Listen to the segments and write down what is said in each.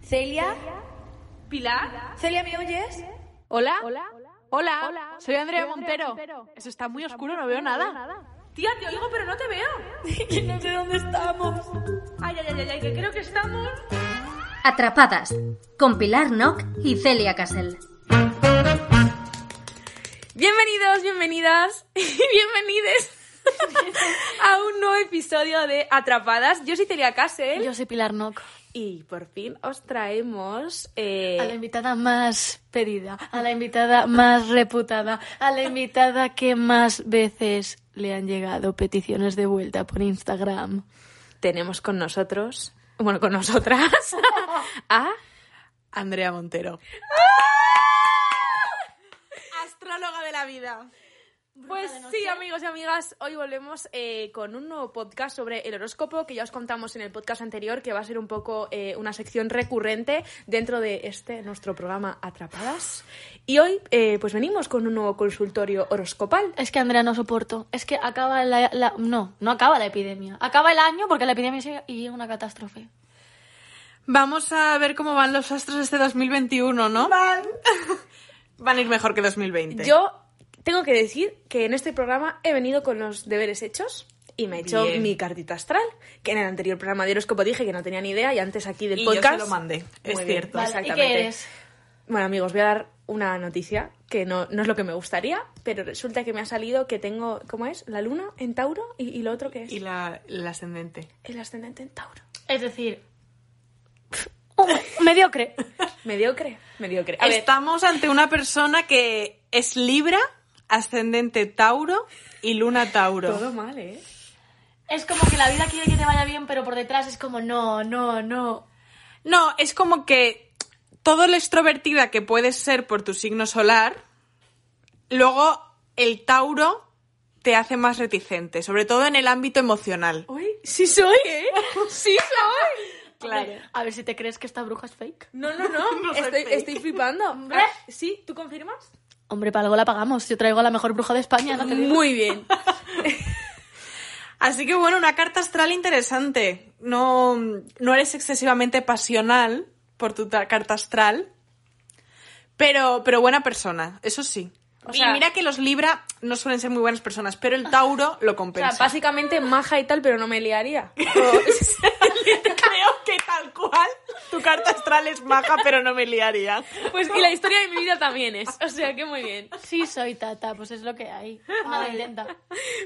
Celia. Pilar. Celia, ¿me oyes? Hola. Hola. Hola. Soy Andrea Montero. Eso está muy oscuro, no veo nada. Tía, te oigo, pero no te veo. Que no sé dónde estamos. Ay, ay, ay, ay, que creo que estamos. Atrapadas, con Pilar Nock y Celia Castle. Bienvenidos, bienvenidas y bienvenides a un nuevo episodio de Atrapadas. Yo soy Celia Castle Yo soy Pilar Nock. y por fin os traemos... A la Eh... invitada más pedida, a la invitada más reputada, a la invitada que más veces le han llegado peticiones de vuelta por Instagram. Tenemos con nosotros, bueno, con nosotras, a Andrea Montero. Astróloga de la vida. Pues sí, amigos y amigas, hoy volvemos eh, con un nuevo podcast sobre el horóscopo que ya os contamos en el podcast anterior, que va a ser un poco eh, una sección recurrente dentro de este nuestro programa Atrapadas. Y hoy, eh, pues venimos con un nuevo consultorio horoscopal. Es que Andrea no soporto. Es que acaba la, la- No, no acaba la epidemia. Acaba el año porque la epidemia sigue y llega una catástrofe. Vamos a ver cómo van los astros este 2021, ¿no? Van. Van a ir mejor que 2020. Yo tengo que decir que en este programa he venido con los deberes hechos y me he hecho Bien. mi cartita astral, que en el anterior programa de horóscopo dije que no tenía ni idea y antes aquí del Y yo podcast... se lo mandé, es Muy bien, cierto. vale. ¿y Exactamente. qué eres? Bueno, amigos, voy a dar una noticia que no, no es lo que me gustaría, pero resulta que me ha salido que tengo, ¿cómo es? La luna en Tauro y, y lo otro que es Y la, el ascendente. el ascendente en Tauro. Es decir, mediocre. Mediocre, mediocre. A ver, Estamos ante una persona que es Libra, ascendente Tauro y Luna Tauro. todo mal, ¿eh? Es como que la vida quiere que te vaya bien, pero por detrás es como no, no, no. No, es como que todo lo extrovertida que puedes ser por tu signo solar, luego el Tauro te hace más reticente, sobre todo en el ámbito emocional. Uy, sí soy, ¿eh? Sí soy. Claro. A ver, a ver si te crees que esta bruja es fake. No, no, no, soy estoy, fake. estoy flipando. Hombre. Ah, ¿Sí? ¿Tú confirmas? Hombre, para algo la pagamos. Yo traigo a la mejor bruja de España. no te digo. Muy bien. Así que bueno, una carta astral interesante. No, no eres excesivamente pasional por tu ta- carta astral, pero, pero buena persona, eso sí. O sea- y mira que los Libra no suelen ser muy buenas personas, pero el Tauro lo compensa. O sea, básicamente maja y tal, pero no me liaría. Creo que tal cual tu carta astral es maja, pero no me liaría. Pues y la historia de mi vida también es. O sea que muy bien. Sí, soy tata, pues es lo que hay. Nada intenta.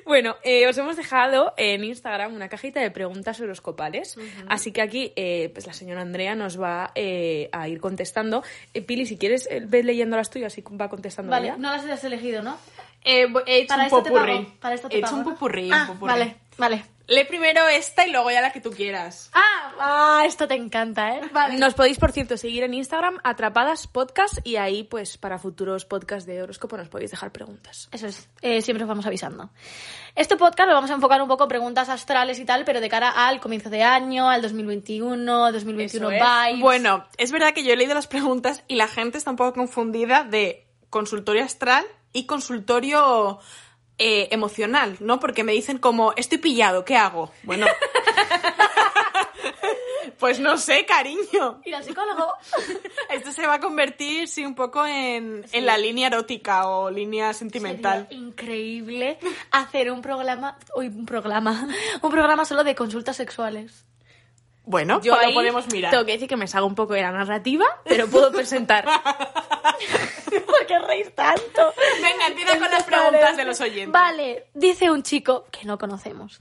Bueno, eh, os hemos dejado en Instagram una cajita de preguntas horoscopales. Así que aquí, eh, pues la señora Andrea nos va eh, a ir contestando. Eh, Pili, si quieres, eh, ve leyendo las tuyas y va contestando Vale, Ah, ella. no las has elegido, ¿no? Eh, he hecho Para un esto te popurrí. pago. Para esto te he hecho pago, un ¿no? popurrí, Ah, un popurrí. Vale, vale. Lee primero esta y luego ya la que tú quieras. Ah, ah, esto te encanta, ¿eh? Vale. Nos podéis, por cierto, seguir en Instagram, Atrapadas Podcast, y ahí, pues, para futuros podcasts de horóscopo nos podéis dejar preguntas. Eso es, eh, siempre os vamos avisando. Este podcast lo vamos a enfocar un poco en preguntas astrales y tal, pero de cara al comienzo de año, al 2021, 2021 Eso es. vibes. Bueno, es verdad que yo he leído las preguntas y la gente está un poco confundida de consultorio astral y consultorio eh, emocional, ¿no? Porque me dicen como, estoy pillado, ¿qué hago? Bueno. pues no sé, cariño. Ir al psicólogo. Esto se va a convertir, sí, un poco en, en la línea erótica o línea sentimental. Sería increíble hacer un programa, uy, un programa, un programa solo de consultas sexuales. Bueno, Yo pues ahí lo podemos mirar. tengo que decir que me salgo un poco de la narrativa, pero puedo presentar. ¿Por qué reís tanto? Venga, empieza con las preguntas de los oyentes. Vale, dice un chico que no conocemos.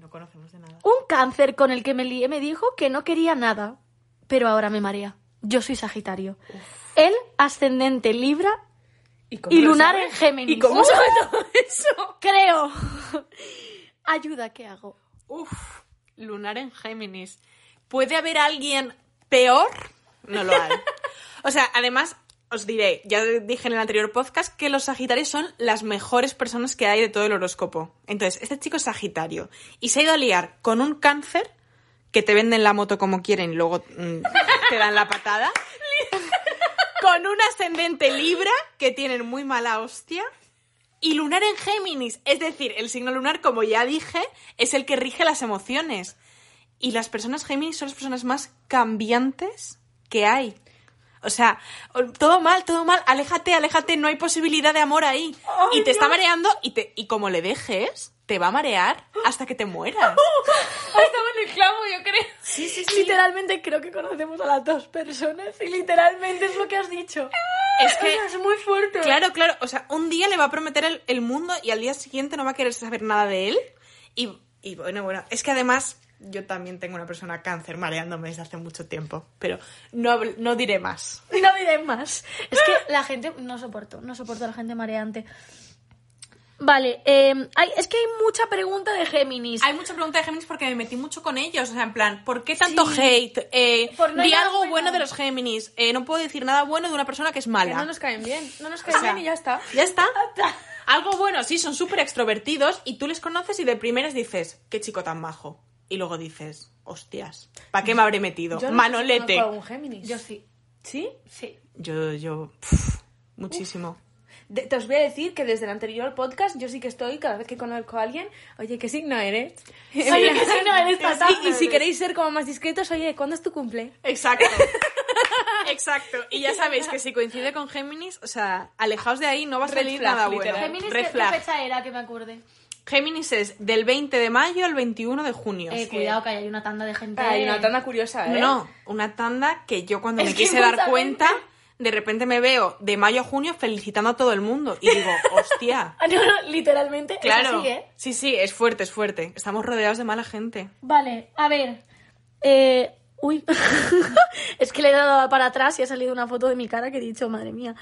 No conocemos de nada. Un cáncer con el que me lié me dijo que no quería nada, pero ahora me marea. Yo soy Sagitario. Él, ascendente Libra ¿Y, y lunar en Géminis. ¿Y cómo sabe todo eso? Creo. Ayuda, ¿qué hago? Uf, lunar en Géminis. ¿Puede haber alguien peor? No lo hay. O sea, además, os diré, ya dije en el anterior podcast que los Sagitarios son las mejores personas que hay de todo el horóscopo. Entonces, este chico es Sagitario y se ha ido a liar con un cáncer que te venden la moto como quieren y luego mm, te dan la patada. con un ascendente Libra que tienen muy mala hostia. Y lunar en Géminis, es decir, el signo lunar, como ya dije, es el que rige las emociones. Y las personas Géminis son las personas más cambiantes que hay. O sea, o- todo mal, todo mal, aléjate, aléjate, no hay posibilidad de amor ahí. y te está mareando y, te, y como le dejes, te va a marear hasta que te mueras. Estaba en el clavo, yo creo. Literalmente creo que conocemos a las dos personas y literalmente es lo que has dicho. Es que, Es muy fuerte. claro, claro, o sea, un día le va a prometer el, el mundo y al día siguiente no va a querer saber nada de él. Y, y bueno, bueno, es que además yo también tengo una persona cáncer mareándome desde hace mucho tiempo, pero no, habl- no diré más. No diré más. Es que la gente... No soporto, no soporto a la gente mareante. Vale, eh, hay- es que hay mucha pregunta de Géminis. Hay mucha pregunta de Géminis porque me metí mucho con ellos. O sea, en plan, ¿por qué tanto Sí. hate? Eh, Por no di nada algo bueno. bueno. de los Géminis. Eh, no puedo decir nada bueno de una persona que es mala. Que no nos caen bien. No nos caen O sea, bien y ya está. Ya está. algo bueno, sí, son súper extrovertidos y tú les conoces y de primeras dices, qué chico tan majo. Y luego dices, hostias, ¿para qué me habré metido? Yo no Manolete. conozco a un Géminis. Yo sí, ¿Sí? sí. Yo, yo, pf, muchísimo. De- te os voy a decir que desde el anterior podcast yo sí que estoy, cada vez que conozco a alguien, oye, ¿qué signo eres? Oye, ¿qué signo eres? Y, y si queréis ser como más discretos, oye, ¿cuándo es tu cumple? Exacto. Exacto. Y ya sabéis que si coincide con Géminis, o sea, alejaos de ahí, no va a Red salir flag, nada bueno. literal. Géminis, Red ¿qué, qué flag. fecha era que me acuerde? Géminis es del 20 de mayo al 21 de junio. Eh, cuidado que ahí hay una tanda de gente. Hay una tanda curiosa, ¿eh? No, una tanda que yo cuando Es me que quise dar justamente- cuenta, de repente me veo de mayo a junio felicitando a todo el mundo y digo, hostia. Ah, no, no, literalmente. es Claro. así, ¿eh? Sí, sí, es fuerte, es fuerte. Estamos rodeados de mala gente. Vale, a ver. Eh, uy. es que le he dado para atrás y ha salido una foto de mi cara que he dicho, madre mía.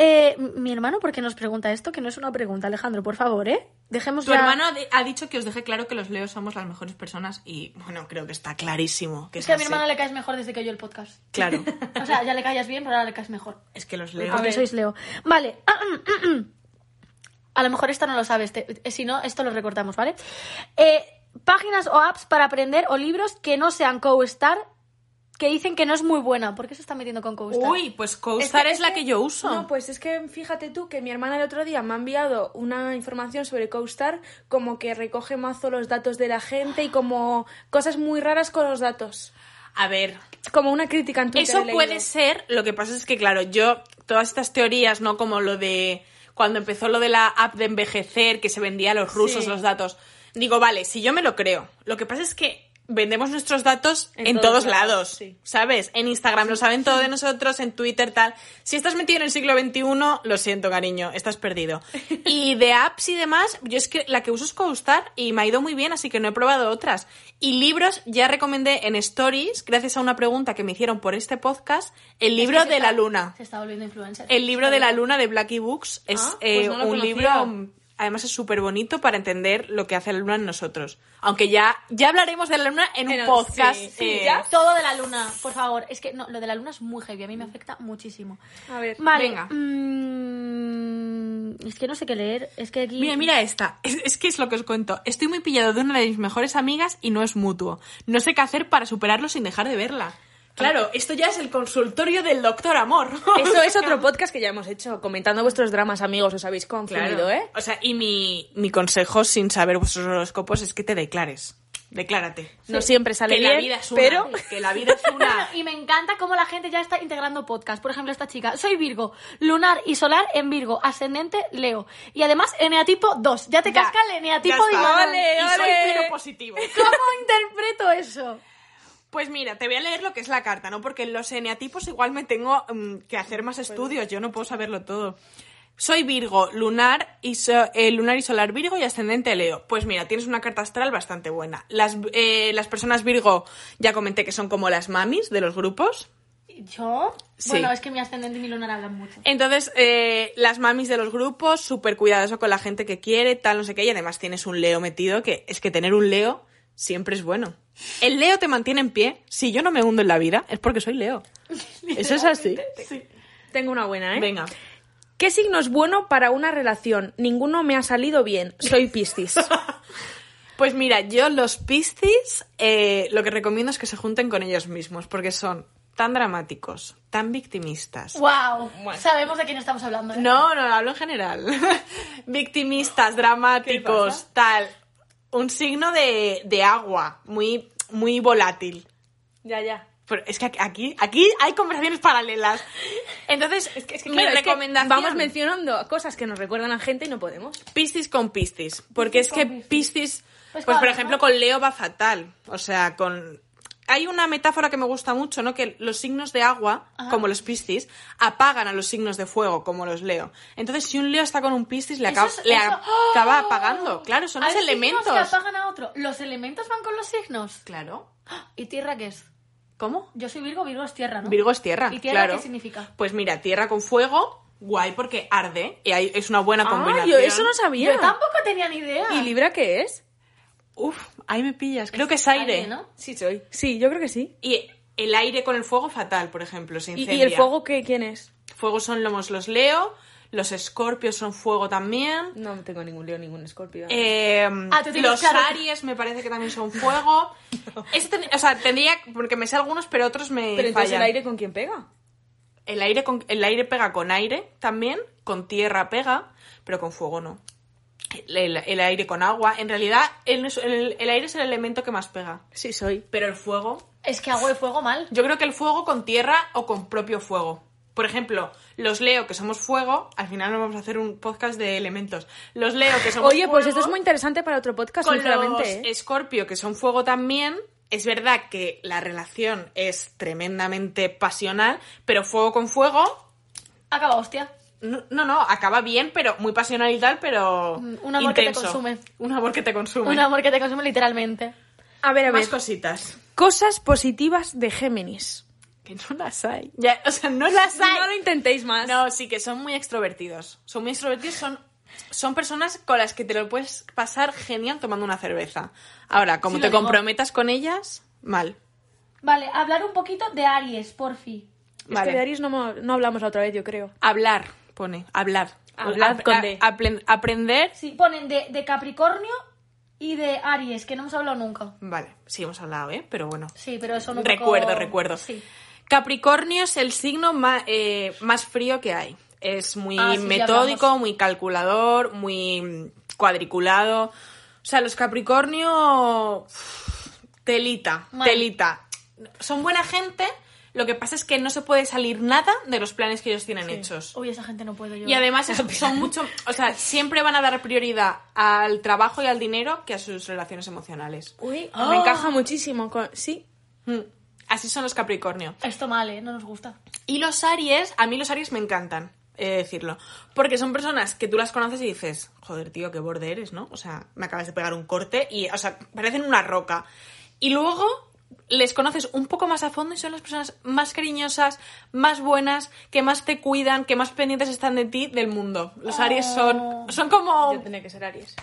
Eh, mi hermano, ¿por qué nos pregunta esto? Que no es una pregunta, Alejandro, por favor, ¿eh? Dejemos Tu ya- hermano ha di- ha dicho que os deje claro que los leos somos las mejores personas y bueno, creo que está clarísimo que es, Es que a mi así. hermano le caes mejor desde que oyó el podcast. Claro. O sea, ya le callas bien, pero ahora le caes mejor. Es que los Porque leos sois Leo. Vale. Ah, mm, A lo mejor esta no lo sabes. te- eh, si no, esto lo recortamos, ¿vale? Eh, páginas o apps para aprender o libros que no sean CoStar que dicen que no es muy buena. ¿Por qué se está metiendo con CoStar? Uy, pues CoStar es, la que yo uso. No, pues es que fíjate tú que mi hermana el otro día me ha enviado una información sobre CoStar como que recoge mazo los datos de la gente y como cosas muy raras con los datos. A ver, Como una crítica en Twitter. he Eso leído. puede ser, lo que pasa es que, claro, yo, todas estas teorías, ¿no? Como lo de cuando empezó lo de la app de envejecer, que se vendía a los rusos los datos. Digo, vale, si yo me lo creo. Lo que pasa es que vendemos nuestros datos en, todos, lados, sí. ¿sabes? En Instagram lo saben todo de nosotros, en Twitter tal. Si estás metido en el siglo XXI, lo siento, cariño, estás perdido. Y de apps y demás, yo es que la que uso es Coastar y me ha ido muy bien, así que no he probado otras. Y libros, ya recomendé en Stories, gracias a una pregunta que me hicieron por este podcast, el libro de la luna. Se está volviendo influencer. El libro de la luna de Blackie Books es Ah, pues eh, no lo un conocía. libro, mm, además es súper bonito para entender lo que hace la luna en nosotros. Aunque ya, ya hablaremos de la luna en un Pero podcast. sí, sí, eh, ya. Todo de la luna, por favor. Es que no, lo de la luna es muy heavy. A mí me afecta muchísimo. A ver. Vale. Venga. mm, es que no sé qué leer. Es que aquí. Mira, mira esta. Es, es que es lo que os cuento. Estoy muy pillado de una de mis mejores amigas y no es mutuo. No sé qué hacer para superarlo sin dejar de verla. Claro, esto ya es el consultorio del doctor amor. Eso es otro podcast que ya hemos hecho, comentando vuestros dramas, amigos, os habéis confundido, ¿eh? O sea, y mi, mi consejo sin saber vuestros horóscopos es que te declares. Declárate. No siempre sale que bien, la vida es una, pero... que la vida es una. Y me encanta cómo la gente ya está integrando podcast. Por ejemplo, esta chica, soy Virgo, lunar y solar en Virgo, ascendente Leo. Y además, eneatipo 2. Ya te casca el eneatipo de de Vale, Y soy vale. cero positivo. ¿Cómo interpreto eso? Pues mira, te voy a leer lo que es la carta, ¿no? Porque en los eneatipos igual me tengo mm, que hacer más estudios, yo no puedo saberlo todo. Soy Virgo, lunar y, so- eh, lunar y solar Virgo y ascendente Leo. Pues mira, tienes una carta astral bastante buena. Las, eh, las personas Virgo, ya comenté que son como las mamis de los grupos. ¿Yo? Sí. Bueno, es que mi ascendente y mi lunar hablan mucho. Entonces, eh, las mamis de los grupos, súper cuidadoso con la gente que quiere, tal, no sé qué, y además tienes un Leo metido, que es que tener un Leo siempre es bueno. El Leo te mantiene en pie. Si yo no me hundo en la vida, es porque soy Leo. Eso es así. Tengo una buena, ¿eh? Venga. ¿Qué signo es bueno para una relación? Ninguno me ha salido bien. Soy Piscis. Pues mira, yo los piscis eh, lo que recomiendo es que se junten con ellos mismos, porque son tan dramáticos, tan victimistas, ¡Wow! Sabemos de quién estamos hablando. ¿eh? No, no, hablo en general. Victimistas, dramáticos, tal. Un signo de, de agua, muy, muy volátil. ya, ya. Pero es que aquí, aquí hay conversaciones paralelas. Entonces, es que, es que, Claro, mi es que recomendación- vamos mencionando cosas que nos recuerdan a gente y no podemos. Piscis con Piscis. Porque es que Piscis, pues, Pues por claro, ejemplo, ¿no? con Leo va fatal. O sea, con. Hay una metáfora que me gusta mucho, ¿no? Que los signos de agua, como los Piscis, apagan a los signos de fuego, como los Leo. Entonces, si un Leo está con un Piscis, le, Eso acaba, es- le eso- acaba ¡Oh! apagando. Claro, son Hay los signos elementos. que apagan a otro. ¿Los elementos van con los signos? Claro. ¿Y tierra qué es? ¿Cómo? Yo soy Virgo, Virgo es tierra, ¿no? Virgo es tierra. ¿Y tierra claro. qué significa? Pues mira, tierra con fuego, guay porque arde. Y ahí es una buena Ah, combinación. yo eso no sabía. Yo tampoco tenía ni idea. ¿Y Libra qué es? Uf, ahí me pillas. Creo que es aire. Aire, ¿no? Sí, soy. Sí, yo creo que sí. Y el aire con el fuego fatal, por ejemplo, se ¿Y, incendia. y el fuego qué, quién es? Fuego son lomos los Leo, los escorpios son fuego también. No tengo ningún Leo, ningún escorpio. eh, Ah, tú tienes los claro. Aries me parece que también son fuego. Ese ten- o sea, tendría porque me sé algunos, pero otros me Pero entonces fallan. el aire con quién pega. el aire con- el aire pega con aire también, con tierra pega, pero con fuego no. El, el- el aire con agua, en realidad el, el- el aire es el elemento que más pega, Sí, soy. pero el fuego Es que hago el fuego mal. Yo creo que el fuego con tierra o con propio fuego. Por ejemplo, los Leo que somos fuego, al final nos vamos a hacer un podcast de elementos. Los Leo que somos Oye, pues fuego, esto es muy interesante para otro podcast, con sinceramente. los ¿eh? Escorpio que son fuego también. Es verdad que la relación es tremendamente pasional, pero fuego con fuego Acaba, hostia. no, no, no, acaba bien, pero muy pasional y tal, pero Mm, un amor que te intenso. consume. Un amor que te consume. Un amor que te consume literalmente. A ver, a ver. Más cositas. Cosas positivas de Géminis. Que no las hay. Ya, o sea, no las hay. No lo intentéis más. No, sí, que son muy extrovertidos. Son muy extrovertidos, son, son personas con las que te lo puedes pasar genial tomando una cerveza. Ahora, como Sí, lo te digo. comprometas con ellas, mal. Vale, hablar un poquito de Aries, porfi. Es Vale. que de Aries no, mo- no hablamos la otra vez, yo creo. Hablar, pone, hablar. Hablar Ap- con a- D. aplen- aprender. Sí, ponen de, de Capricornio y de Aries, que no hemos hablado nunca. Vale, sí hemos hablado, ¿eh? Pero bueno. Sí, pero eso no Recuerdo, recuerdo. Sí. Capricornio es el signo más, eh, más frío que hay. Es muy Ah, sí, ya metódico, hablamos. muy calculador, muy mm, cuadriculado. O sea, los Capricornio. uf, Telita, Mal. telita. Son buena gente, lo que pasa es que no se puede salir nada de los planes que ellos tienen hechos. Uy, esa gente no puedo yo. Y además es- son mucho. O sea, siempre van a dar prioridad al trabajo y al dinero que a sus relaciones emocionales. Uy, ah. me encaja muchísimo con... Sí. Mm. Así son los Capricornio. Esto mal, ¿eh? No nos gusta. Y los Aries, a mí los Aries me encantan, he de decirlo. Porque son personas que tú las conoces y dices, joder, tío, qué borde eres, ¿no? O sea, me acabas de pegar un corte y, o sea, parecen una roca. Y luego les conoces un poco más a fondo y son las personas más cariñosas, más buenas, que más te cuidan, que más pendientes están de ti, del mundo. Los Aries son, son como... tenía que ser Aries.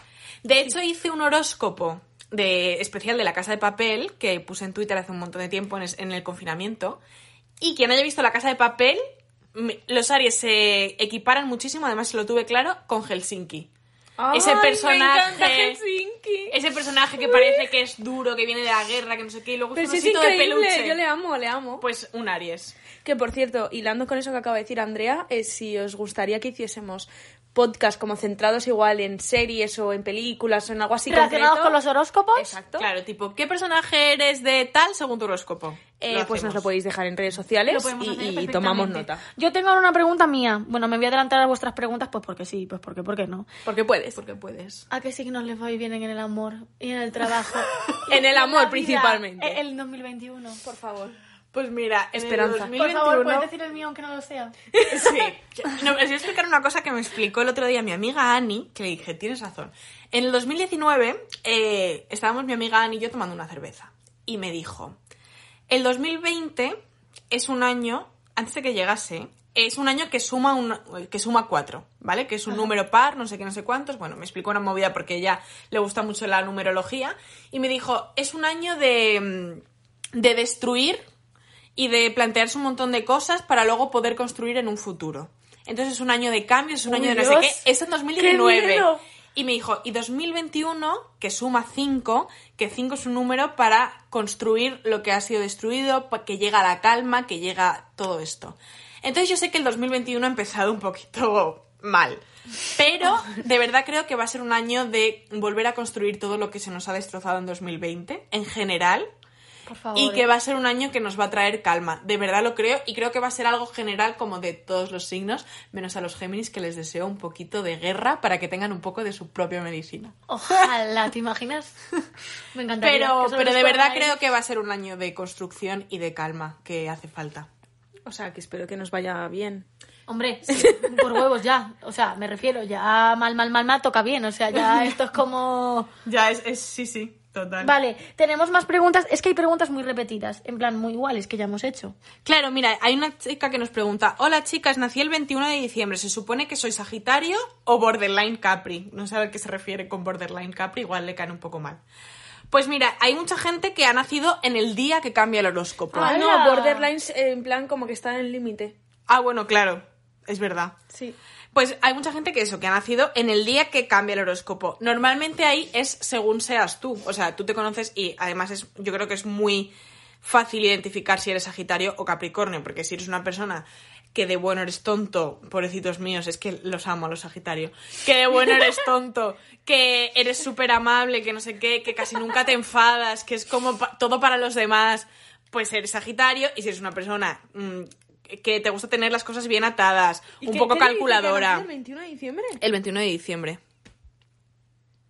De hecho, hice un horóscopo de, especial de la Casa de Papel que puse en Twitter hace un montón de tiempo en, es- en el confinamiento. Y quien haya visto la Casa de Papel, me- los Aries se equiparan muchísimo, además se lo tuve claro, con Helsinki. Ese personaje- Ese personaje que parece que es duro, que viene de la guerra, que no sé qué, y luego Pero es sí un es osito de increíble, peluche. yo le amo, le amo. Pues un Aries. Que por cierto, hilando con eso que acaba de decir Andrea, eh, si os gustaría que hiciésemos podcast como centrados igual en series o en películas o en algo así Relacionados concreto, con los horóscopos. Exacto. Claro, tipo, ¿qué personaje eres de tal según tu horóscopo? eh, Lo pues nos hacemos. lo podéis dejar en redes sociales Lo podemos y- hacer y, perfectamente. tomamos nota. Yo tengo ahora una pregunta mía. Bueno, me voy a adelantar a vuestras preguntas, pues porque sí, pues porque, ¿por qué no? Porque puedes. Porque puedes. ¿A qué signos les va bien en el amor y en el trabajo? En el la amor, vida? principalmente. E- El 2021, por favor. Pues mira, en el Esperanza. Por Por 2021 favor, puedes decir el mío aunque no lo sea. Sí. No, os voy a explicar una cosa que me explicó el otro día mi amiga Ani, que le dije, tienes razón. En el 2019 eh, estábamos mi amiga Ani y yo tomando una cerveza. Y me dijo, el 2020 es un año, antes de que llegase, es un año que suma, un, que suma cuatro, ¿vale? Que es un número par, no sé qué, no sé cuántos. Bueno, me explicó una movida porque a ella le gusta mucho la numerología. Y me dijo, es un año de, mm, de destruir y de plantearse un montón de cosas para luego poder construir en un futuro. Entonces es un año de cambios, es un Uy, año de no Dios. sé qué. Esto en 2019. ¡Qué miedo! Y me dijo, y 2021, que suma 5, que 5 es un número para construir lo que ha sido destruido, pa- que llega la calma, que llega todo esto. Entonces yo sé que el 2021 ha empezado un poquito mal, pero de verdad creo que va a ser un año de volver a construir todo lo que se nos ha destrozado en 2020, en general, Por favor, y que eh. va a ser un año que nos va a traer calma. De verdad lo creo y creo que va a ser algo general como de todos los signos, menos a los Géminis que les deseo un poquito de guerra para que tengan un poco de su propia medicina. Ojalá, ¿te imaginas? Me encantaría. Pero, que solo pero nos de verdad fuera creo que va a ser un año de construcción y de calma que hace falta. O sea, que espero que nos vaya bien. Hombre, por huevos ya. O sea, me refiero, ya mal, mal, mal, mal toca bien. O sea, ya esto es como... Ya, es, sí, sí, total. Vale, tenemos más preguntas. Es que hay preguntas muy repetidas, en plan muy iguales que ya hemos hecho. Claro, mira, hay una chica que nos pregunta, hola chicas, nací el 21 de diciembre, ¿se supone que soy Sagitario o Borderline Capri? No sé a qué se refiere con Borderline Capri, igual le caen un poco mal. Pues mira, hay mucha gente que ha nacido en el día que cambia el horóscopo. Ah, ¡Hala! no, borderlines eh, en plan como que está en el límite. Ah, bueno, claro, es verdad. Sí. Pues hay mucha gente que eso, que ha nacido en el día que cambia el horóscopo. Normalmente ahí es según seas tú. O sea, tú te conoces y además es, yo creo que es muy fácil identificar si eres Sagitario o Capricornio, porque si eres una persona que de bueno eres tonto, pobrecitos míos, es que los amo a los Sagitario, que de bueno eres tonto, que eres súper amable, que no sé qué, que casi nunca te enfadas, que es como pa- todo para los demás, pues eres Sagitario y si eres una persona mm, que te gusta tener las cosas bien atadas, ¿Y un qué- poco qué le dice que nació calculadora. ¿El 21 de diciembre? El 21 de diciembre.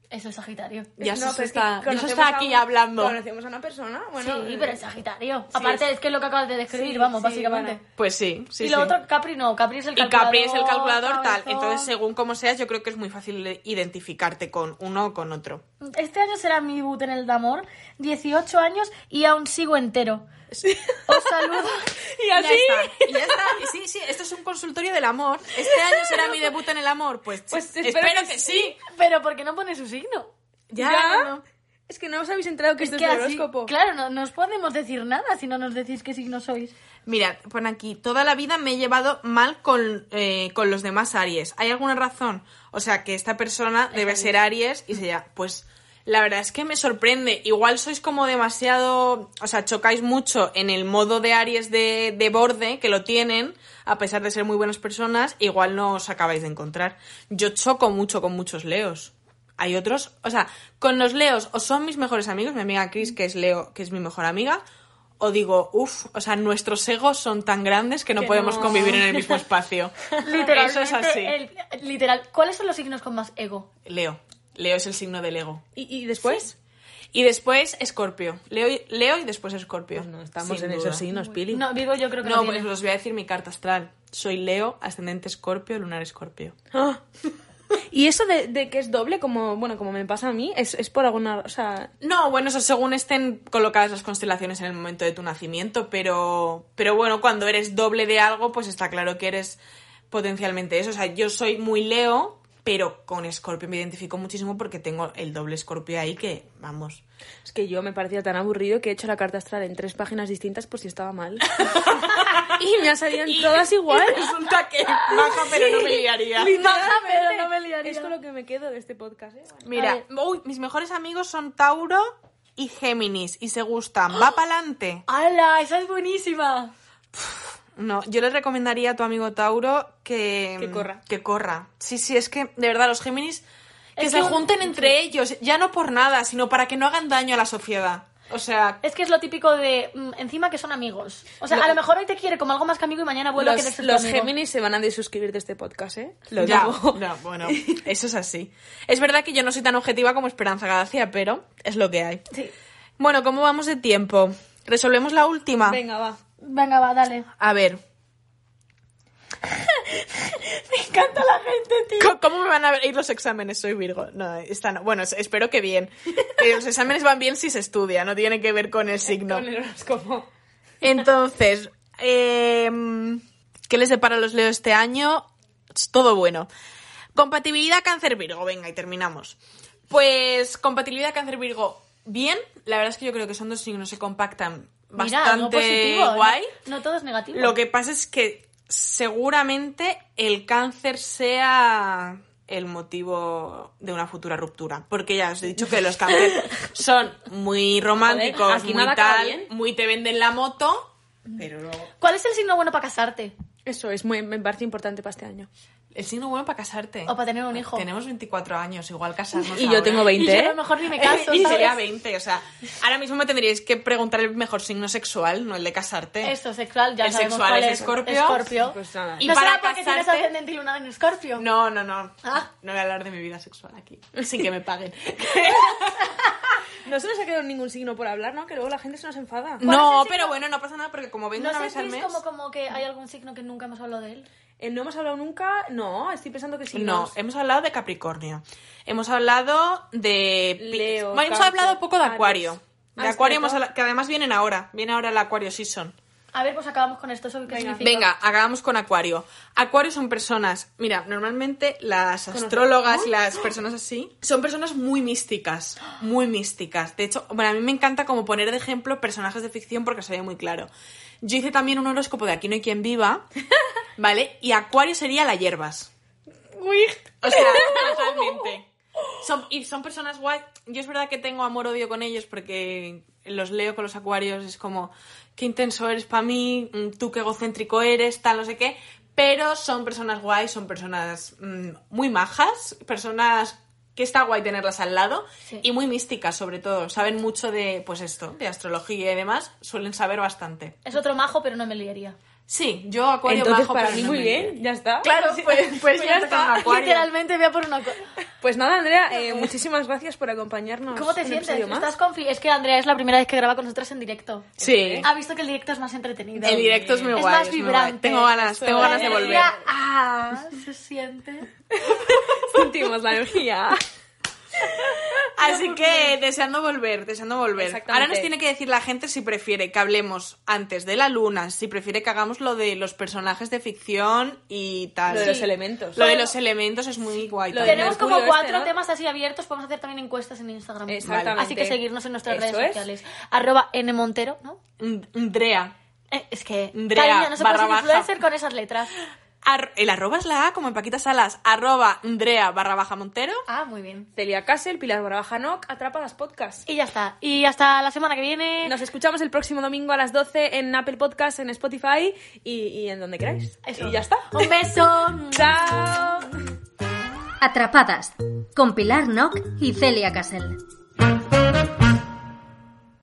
Eso es Sagitario. Ya No, se pero es que está, ya se conocemos está a aquí un- hablando. ¿Conocemos a una persona? Bueno, sí, eh, pero es Sagitario. Aparte, es... que es lo que acabas de describir, Sí, vamos, sí, básicamente. bueno. Pues sí, sí, y lo sí. otro, Capri no. Capri es el Y calculador. Capri es el calculador tal. cabezón. Entonces, según como seas, yo creo que es muy fácil identificarte con uno o con otro. Este año será mi debut en el Damor. 18 años y aún sigo entero. Os saludo. Y así. Ya está. ¿Ah, Y ya está. Y sí, sí, esto es un consultorio del amor. ¿Este año será mi debut en el amor? Pues, Pues espero, que, sí. Pero ¿por qué no pone su signo? ¿Ya? no, no. Es que no os habéis enterado que Es esto que es un así- horóscopo. claro, no, no os podemos decir nada si no nos decís qué signo sois. Mira, pon aquí, toda la vida me he llevado mal con, eh, con los demás Aries. ¿Hay alguna razón? O sea, que esta persona debe ser Aries y se llama- Pues la verdad es que me sorprende. Igual sois como demasiado. O sea, chocáis mucho en el modo de Aries de, de borde que lo tienen, a pesar de ser muy buenas personas, igual no os acabáis de encontrar. Yo choco mucho con muchos Leos. Hay otros, o sea, con los leos o son mis mejores amigos, mi amiga Chris, que es Leo, que es mi mejor amiga, o digo, uff, o sea, nuestros egos son tan grandes que no podemos convivir en el mismo espacio. Eso es así. el- literal. ¿Cuáles son los signos con más ego? Leo. Leo es el signo del ego. ¿Y, y después? Y después Escorpio. Leo, y- Leo y después Escorpio. Pues no, estamos Sin en duda. esos signos, Pili. No, Virgo yo creo que no, No, pues tiene. os voy a decir mi carta astral. Soy Leo, ascendente Escorpio, lunar Escorpio. Ah. Y eso de, de que es doble, como bueno, como me pasa a mí, es, es por alguna... O sea, No, bueno, eso según estén colocadas las constelaciones en el momento de tu nacimiento, pero, pero bueno, cuando eres doble de algo, pues está claro que eres potencialmente eso. O sea, yo soy muy Leo, pero con Escorpio me identifico muchísimo porque tengo el doble Escorpio ahí que, vamos. es que yo me parecía tan aburrido que he hecho la carta astral en tres páginas distintas por si estaba mal. y me salían todas igual. Resulta que baja, pero no me liaría. Literalmente. Baja, pero no me liaría. Es con lo que me quedo de este podcast, ¿eh? Mira, uy, mis mejores amigos son Tauro y Géminis y se gustan. Va pa'lante. ¡Hala! Esa es buenísima. No, yo le recomendaría a tu amigo Tauro que, Que corra. Que corra. Sí, sí, es que, de verdad, los Géminis, que Es se que un- junten entre ellos, ya no por nada, sino para que no hagan daño a la sociedad. O sea, Es que es lo típico de. mm, encima que son amigos. O sea, a lo mejor hoy te quiere como algo más que amigo y mañana vuelve a querer Los, ser tu los amigo. Géminis se van a desuscribir de este podcast, ¿eh? Lo ya, digo. no, bueno, eso es así. Es verdad que yo no soy tan objetiva como Esperanza Galacia, pero es lo que hay. Sí. Bueno, ¿cómo vamos de tiempo? ¿Resolvemos la última? Venga, va. Venga, va, dale. A ver. Me encanta la gente, tío. ¿Cómo- ¿Cómo me van a ir los exámenes? Soy Virgo. No, esta no. Bueno, espero que bien. Eh, Los exámenes van bien si se estudia, no tiene que ver con el signo. Con el horóscopo. Entonces, em, ¿qué les depara a los Leo este año? Es todo bueno. Compatibilidad Cáncer Virgo, venga, y terminamos. Pues compatibilidad Cáncer Virgo, bien. La verdad es que yo creo que son dos signos que se compactan Mira, bastante algo positivo. ¿eh? ¿no? guay. No, todo es negativo. Lo que pasa es que seguramente el cáncer sea el motivo de una futura ruptura. Porque ya os he dicho que los cánceres son muy románticos, Joder, aquí muy nada acaba tal, bien. muy te venden la moto, pero luego... ¿Cuál es el signo bueno para casarte? Eso es muy, me parece importante para este año. El signo bueno para casarte. O para tener un hijo. Tenemos 24 años, igual casarnos. Y yo tengo ahora. 20, Y yo ¿eh? a lo mejor ni me caso, y sería ¿sabes? 20, o sea, ahora mismo me tendríais que preguntar el mejor signo sexual, no el de casarte. Esto, sexual, ya El sabemos sexual cuál es es. Escorpio. Escorpio. Pues nada. Y ¿No para será porque tienes casarte- ascendente y lunar en Escorpio? No, no, no. Ah. No voy a hablar de mi vida sexual aquí, sin que me paguen. No se nos ha quedado ningún signo por hablar, ¿no? Que luego la gente se nos enfada. no, pero bueno, pues no pasa nada porque como vengo ¿No una vez al sentís mes. como, como que hay algún signo que nunca hemos hablado de él? Eh, no hemos hablado nunca. No, estoy pensando que sí. No, hemos hablado de Capricornio. Hemos hablado de Pi- Leo, Bueno, hemos Cáncer, hablado poco de Aries. Acuario. De Ah, Acuario espera, hemos ¿no? habla- que además vienen ahora. Viene ahora el Acuario Season. A ver, pues acabamos con esto. ¿Eso qué significa? Venga, acabamos con Acuario. Acuario son personas, mira, normalmente las astrólogas y las personas así son personas muy místicas, muy místicas. De hecho, bueno, a mí me encanta como poner de ejemplo personajes de ficción porque se ve muy claro. Yo hice también un horóscopo de Aquí no hay quien viva, ¿vale? Y Acuario sería las hierbas. O sea, totalmente. Son, y son personas guay. Yo es verdad que tengo amor-odio con ellos porque los leo con los acuarios, es como, qué intenso eres para mí, mm, tú qué egocéntrico eres, tal, no sé qué. Pero son personas guay, son personas mm, muy majas, personas que está guay tenerlas al lado Sí. y muy místicas sobre todo. Saben mucho de, pues esto, de astrología y demás, suelen saber bastante. Es otro majo, pero no me liaría. Sí, yo acuario Entonces, majo, para pero mí no muy me bien, ya está. Claro, pues- pues ya ya está. está. Acuario. Literalmente voy a por una cosa. Pues nada, Andrea, eh, muchísimas gracias por acompañarnos. ¿Cómo te un sientes? episodio más. ¿Estás confi es que Andrea es la primera vez que graba con nosotras en directo. Sí. Ha visto que el directo es más entretenido. El directo es muy Es guay. más es muy guay. vibrante. Tengo ganas, tengo ganas de La volver. energía, Ah, se siente. Sentimos la energía. Así que deseando volver, deseando volver. Exactamente. Ahora nos tiene que decir la gente si prefiere que hablemos antes de la luna, si prefiere que hagamos lo de los personajes de ficción y tal. Ah, Lo de los elementos. Lo de los elementos es muy guay. Lo también. Tenemos Mercurio como este, cuatro ¿no? temas así abiertos. Podemos hacer también encuestas en Instagram. Exactamente. Así que seguirnos en nuestras Eso redes es. sociales. Arroba nmontero, ¿no? And- Andrea. Eh, es que, Andrea, cariño, no se barra puede ser baja. influencer con esas letras. Ar- el arroba es la A, como en Paquita Salas. Arroba Andrea barra baja Montero. Ah, muy bien. Celia Castle, Pilar Barbajanoc, Atrapa las Podcasts. Y ya está. Y hasta la semana que viene. Nos escuchamos el próximo domingo a las 12 en Apple Podcast, en Spotify y, y en donde queráis. Eso. Y ya está. Un beso. ¡Chao! Atrapadas con Pilar Nock y Celia Casel.